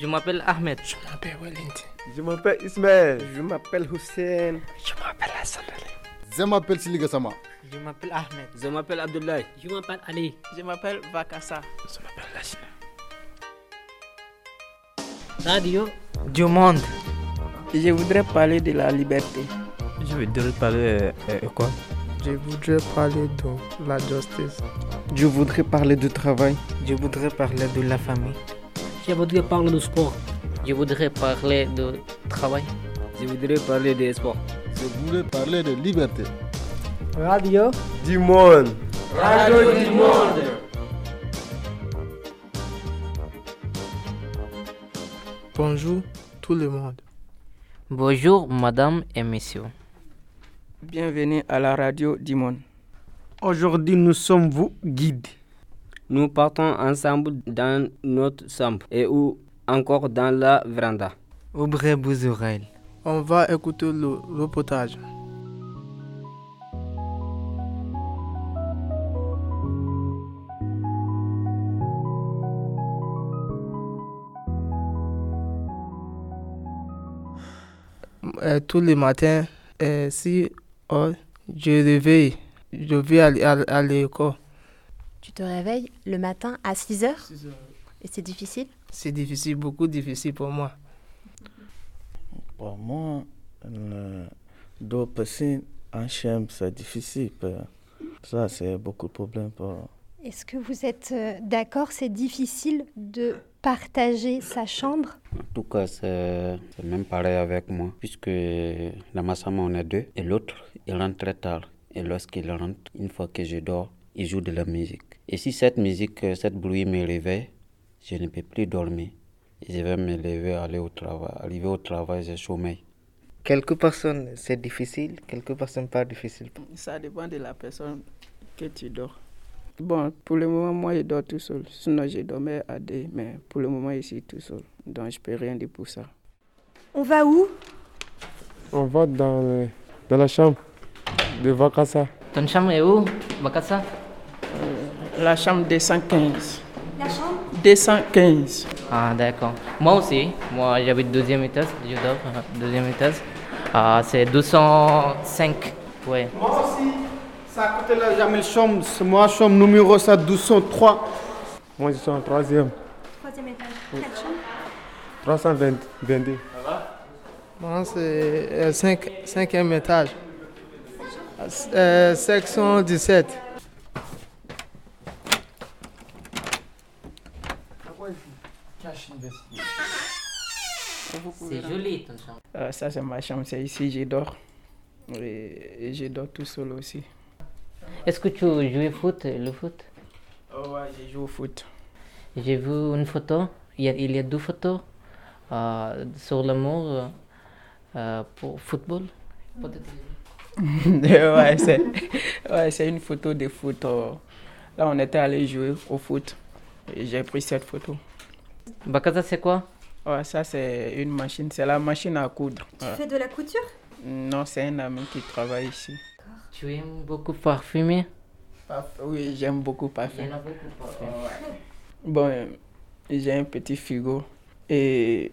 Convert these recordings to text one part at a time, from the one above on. Je m'appelle Ahmed. Je m'appelle Walid. Je m'appelle Ismaël. Je m'appelle Hussein. Je m'appelle Hassan Je m'appelle Siliga Sama. Je m'appelle Ahmed. Je m'appelle Abdoulaye. Je m'appelle Ali. Je m'appelle Vakassa. Je m'appelle Lachina. Radio du monde. Je voudrais parler de la liberté. Je voudrais parler euh, de quoi Je voudrais parler de la justice. Je voudrais parler du travail. Je voudrais parler de la famille. Je voudrais parler du sport. Je voudrais parler de travail. Je voudrais parler de sport. Je voudrais parler de liberté. Radio du monde. Radio du monde. Bonjour tout le monde. Bonjour madame et messieurs. Bienvenue à la radio du monde. Aujourd'hui nous sommes vous guides. Nous partons ensemble dans notre chambre et ou encore dans la véranda. Ouvrez vos oreilles. On va écouter le reportage. Euh, tous les matins, et si oh, je réveille, je vais à, à, à l'école. Tu te réveilles le matin à 6 heures, 6 heures. Et c'est difficile C'est difficile, beaucoup difficile pour moi. Pour moi, le, de passer en chambre, c'est difficile. Ça, c'est beaucoup de problèmes. Pour... Est-ce que vous êtes euh, d'accord C'est difficile de partager sa chambre En tout cas, c'est même pareil avec moi, puisque la massama, on est deux, et l'autre, il rentre très tard. Et lorsqu'il rentre, une fois que je dors, il joue de la musique. Et si cette musique, cette bruit me réveille, je ne peux plus dormir. Je vais me lever, aller au travail. Arriver au travail, je sommeille. Quelques personnes, c'est difficile, quelques personnes, pas difficile. Ça dépend de la personne que tu dors. Bon, pour le moment, moi, je dors tout seul. Sinon, je dormais à deux, mais pour le moment, je suis tout seul. Donc, je ne peux rien dire pour ça. On va où On va dans, euh, dans la chambre de Vakassa. Ton chambre est où, Vakassa euh, La chambre 215. La chambre 215. Ah, d'accord. Moi aussi, moi, j'habite deuxième étage. Je dors euh, deuxième étage. Ah, c'est 205. Ouais. Moi aussi. Ça à côté là, Jamel Chambre, moi, chambre numéro 1203. Moi, je suis en troisième. Troisième étage. Quelle chambre 322. Ça va Moi, c'est 5 cinquième étage. Euh, section 17. C'est joli ton chambre. Euh, ça, c'est ma chambre, c'est ici, je dors. Et, et je dors tout seul aussi. Est-ce que tu joues au foot, le foot oh Ouais, j'ai joué au foot. J'ai vu une photo, il y a, il y a deux photos euh, sur l'amour euh, pour football. ouais, c'est ouais, une photo de foot. oh. Là, on était allé jouer au foot et j'ai pris cette photo. Bakata, c'est quoi Ouais, ça, c'est une machine, c'est la machine à coudre. Tu ouais. fais de la couture Non, c'est un ami qui travaille ici. Tu aimes beaucoup parfumer Oui, j'aime beaucoup parfumer. beaucoup parfumer. Bon, j'ai un petit frigo et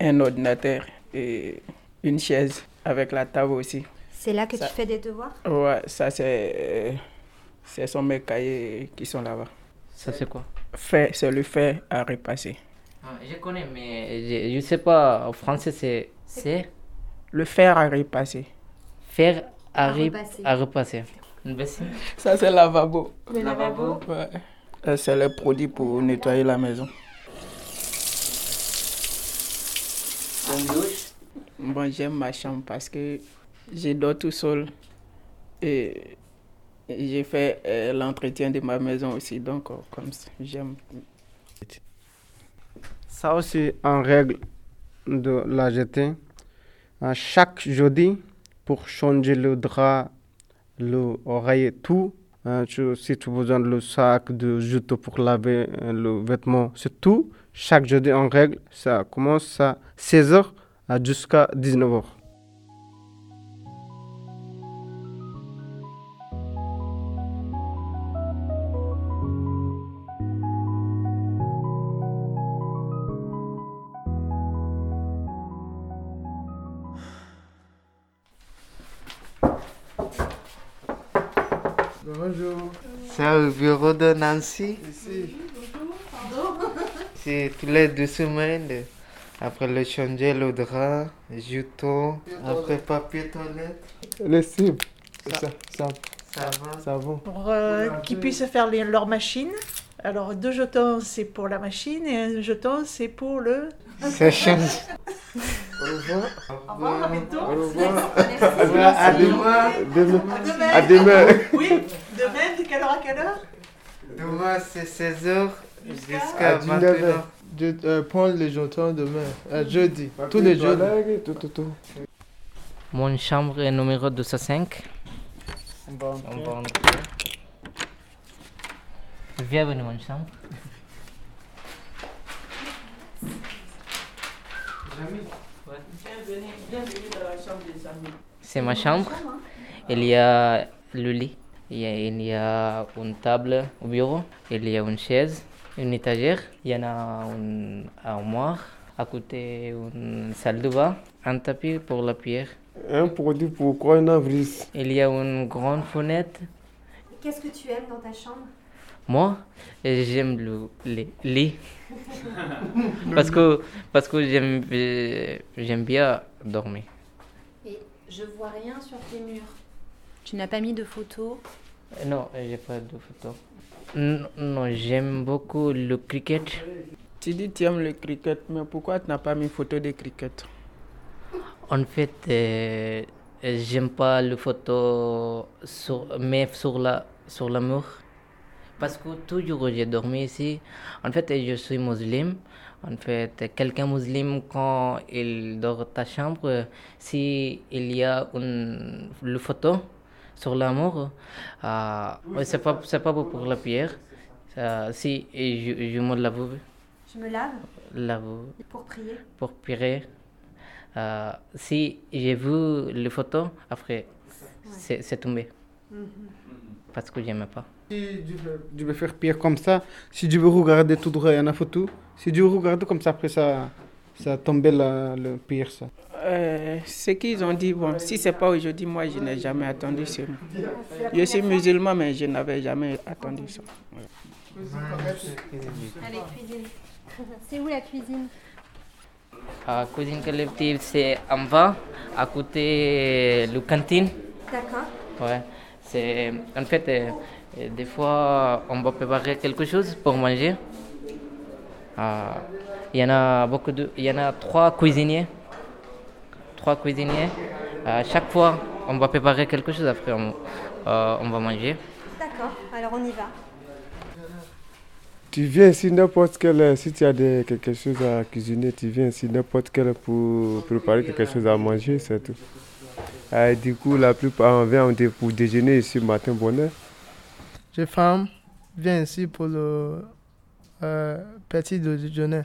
un ordinateur et une chaise avec la table aussi. C'est là que ça, tu fais des devoirs Ouais, ça c'est... ce sont mes cahiers qui sont là-bas. Ça c'est quoi Fait, c'est le fait à repasser. Ah, je connais, mais je ne sais pas, en français c'est... C'est Le fer à repasser. Faire à, repasser. à repasser. Ça, c'est lavabo. Le lavabo ouais. Euh, C'est le produit pour nettoyer la maison. Bon, j'aime ma chambre parce que je dors tout seul et j'ai fait euh, l'entretien de ma maison aussi. Donc, oh, comme j'aime. Ça aussi, en règle de la jeter, à chaque jeudi, pour changer le drap, le oreiller, tout. Hein, tu, si tu as besoin de le sac, de jute pour laver euh, le vêtement, c'est tout. Chaque jeudi en règle, ça commence à 16h jusqu'à 19h. Bonjour. C'est au bureau de Nancy. Ici. C'est tous les deux semaines. Après le changer le drap, jeton, après papier toilette. Les cibles. Ça, ça, Savon. savon. pour euh, qu'ils puissent faire les- leur machine. Alors, deux jetons, c'est pour la machine et un jeton, c'est pour le. Ça change. Au revoir. Au revoir, à bientôt. À demain. À demain. demain. À demain. Oui, demain, de quelle heure à quelle heure Demain c'est 16h À jusqu'à 19h. 19h. Je euh, prends les jetons demain, à jeudi, tous les jeudis. Tout, tout, tout. Mon chambre est numéro 205. On va entrer. Bienvenue, mon chambre. Bienvenue, bienvenue dans la chambre des amis. C'est ma chambre. Il y a le lit, il y a, il y a une table au bureau, il y a une chaise, une étagère, il y en a une armoire, à côté une salle de bain, un tapis pour la pierre. Un produit Hein, pour quoi une avrise Il y a une grande fenêtre. Qu'est-ce que tu aimes dans ta chambre Moi, j'aime le le lit. parce que, parce que j'aime euh, j'aime bien dormir. Et je vois rien sur tes murs. Tu n'as pas mis de photos. Euh, Non, euh, j'ai pas de photo. Non, non, j'aime beaucoup le cricket. Tu dis tu aimes le cricket, mais pourquoi tu n'as pas mis photo de cricket En fait, euh, euh, j'aime pas les photos sur, mais sur la, sur la mur. Parce que toujours j'ai dormi ici. En fait, je suis musulman. En fait, quelqu'un musulman, quand il dort ta chambre, s'il y a une, le photo sur l'amour, euh, c'est pas, c'est pas beau pour la pierre. Euh, si et je, je me lave, Je me lave lave pour prier. pour pirer. Euh, si j'ai vu les photos, après, c'est c'est tombé. Parce que j'aimais pas. Si je vais faire pire comme ça, si je veux regarder tout droit, il y en a photo. Si je regarde comme ça, après ça, ça tombait la- le pire. Ça. Euh, ce qu'ils ont dit, bon, si c'est pas aujourd'hui, moi je n'ai jamais attendu ça. Je suis musulman, mais je n'avais jamais attendu ça. Allez, cuisine. C'est où la cuisine Euh, cuisine collective, c'est en bas, à côté de la cantine. D'accord. Ouais. C'est- En fait, euh, euh, des fois, on va préparer quelque chose pour manger. Euh, Il y en a beaucoup de... Il y en a trois cuisiniers. Trois cuisiniers. Euh, chaque fois, on va préparer quelque chose, après, on, euh, on va manger. D'accord, alors on y va. Tu viens ici n'importe quelle, si tu as des- quelque chose à cuisiner, tu viens ici n'importe quelle pour préparer quelque chose à manger, c'est tout. Ah, et du coup, la plupart, on vient dé- pour déjeuner ici matin bonheur. Je femme vient ici pour le euh, petit déjeuner.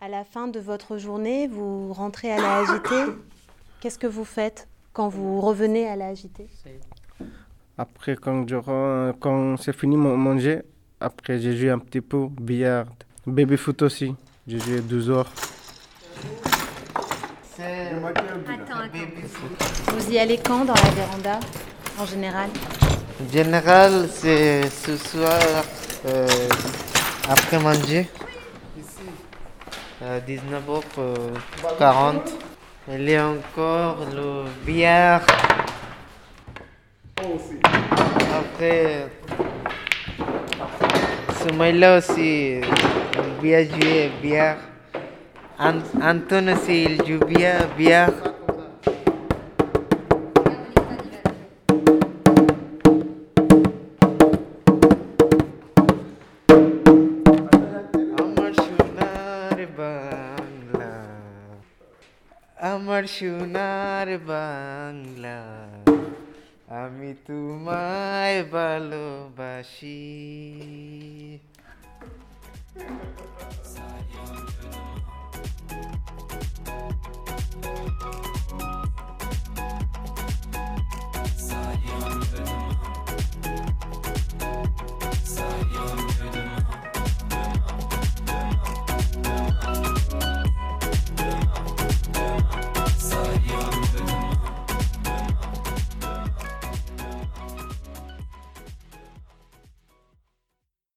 À la fin de votre journée, vous rentrez à la agitée. Qu'est-ce que vous faites quand vous revenez à la agitée Après, quand, je re- quand c'est fini mon manger, après, j'ai joué un petit peu au billard. Baby foot aussi. J'ai joué deux heures. Attends, attends. Vous y allez quand dans la véranda, en général En général, c'est ce soir euh, après manger. À 19h40. Il y a encore le billard. Après, ce mois-là aussi, il bien joué billard. An- Anton aussi, il joue bien billard. বাংলা আমার সোনার বাংলা আমি তোমায় ভালোবাসি